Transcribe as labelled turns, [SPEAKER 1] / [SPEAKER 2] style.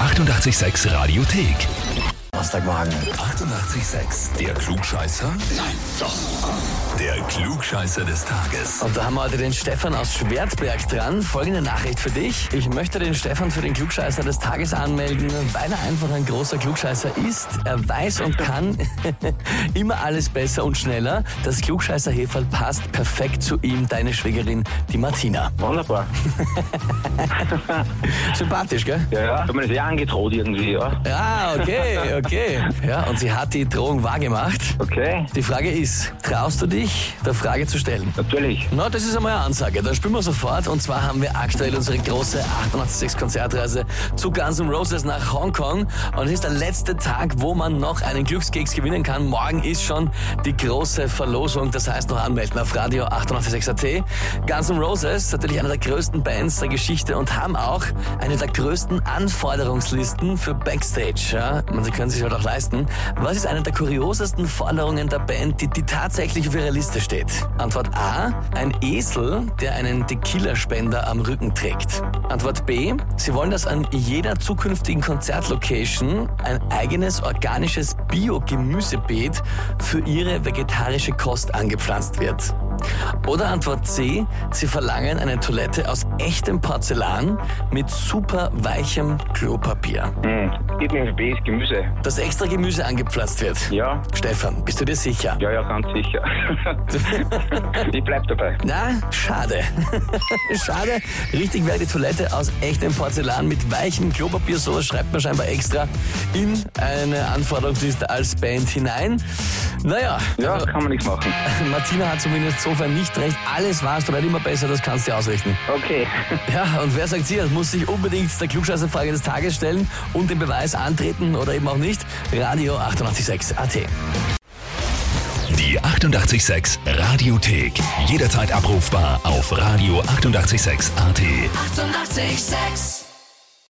[SPEAKER 1] 886 Radiothek.
[SPEAKER 2] Donnerstagmorgen.
[SPEAKER 1] 88,6. Der Klugscheißer? Nein, doch. Der Klugscheißer des Tages.
[SPEAKER 2] Und da haben wir heute den Stefan aus Schwertberg dran. Folgende Nachricht für dich. Ich möchte den Stefan für den Klugscheißer des Tages anmelden, weil er einfach ein großer Klugscheißer ist. Er weiß und kann immer alles besser und schneller. Das klugscheißer heferl passt perfekt zu ihm, deine Schwägerin, die Martina.
[SPEAKER 3] Wunderbar.
[SPEAKER 2] Sympathisch, gell?
[SPEAKER 3] Ja, ja. Ich habe mir das ja angedroht irgendwie, ja.
[SPEAKER 2] Ja, okay, okay. Ja, und sie hat die Drohung wahrgemacht.
[SPEAKER 3] Okay,
[SPEAKER 2] Die Frage ist, traust du dich, der Frage zu stellen?
[SPEAKER 3] natürlich.
[SPEAKER 2] Na, das ist einmal eine Ansage. Dann spielen wir sofort. Und zwar haben wir aktuell unsere große 886 Konzertreise zu Guns N' Roses nach Hongkong. Und es ist der letzte Tag, wo man noch einen Glückskeks gewinnen kann. Morgen ist schon die große Verlosung. Das heißt, noch anmelden auf Radio 886 AT. Guns N' Roses, natürlich eine der größten Bands der Geschichte und haben auch eine der größten Anforderungslisten für Backstage. Ja? Man, sie können sich halt auch leisten. Was ist eine der kuriosesten Forderungen der Band, die, die tatsächlich auf ihrer Liste steht? Antwort A. Ein Esel, der einen Tequila-Spender am Rücken trägt. Antwort B. Sie wollen, dass an jeder zukünftigen Konzertlocation ein eigenes organisches Bio-Gemüsebeet für ihre vegetarische Kost angepflanzt wird. Oder Antwort C. Sie verlangen eine Toilette aus echtem Porzellan mit super weichem Klopapier,
[SPEAKER 3] Hm. Gib mir ein B's Gemüse.
[SPEAKER 2] das extra Gemüse angepflanzt wird.
[SPEAKER 3] Ja,
[SPEAKER 2] Stefan, bist du dir sicher?
[SPEAKER 3] ja, ja, ganz sicher. ich bleib dabei.
[SPEAKER 2] Na, schade. schade. Richtig wäre die Toilette aus echtem Porzellan mit weichem Klopapier. So schreibt man scheinbar extra in eine Anforderungsliste als Band hinein. Naja,
[SPEAKER 3] Ja,
[SPEAKER 2] also,
[SPEAKER 3] kann man nichts machen.
[SPEAKER 2] Martina hat zumindest sofern nicht recht. Alles warst du nicht immer besser, das kannst du ausrichten.
[SPEAKER 3] Okay.
[SPEAKER 2] Ja, und wer sagt sie, das muss sich unbedingt der Klugscheißerfrage des Tages stellen und den Beweis antreten oder eben auch nicht. Radio 886 AT.
[SPEAKER 1] Die 88,6 Radiothek. Jederzeit abrufbar auf radio886.at. 88,6.
[SPEAKER 4] Eighty-eight, sex.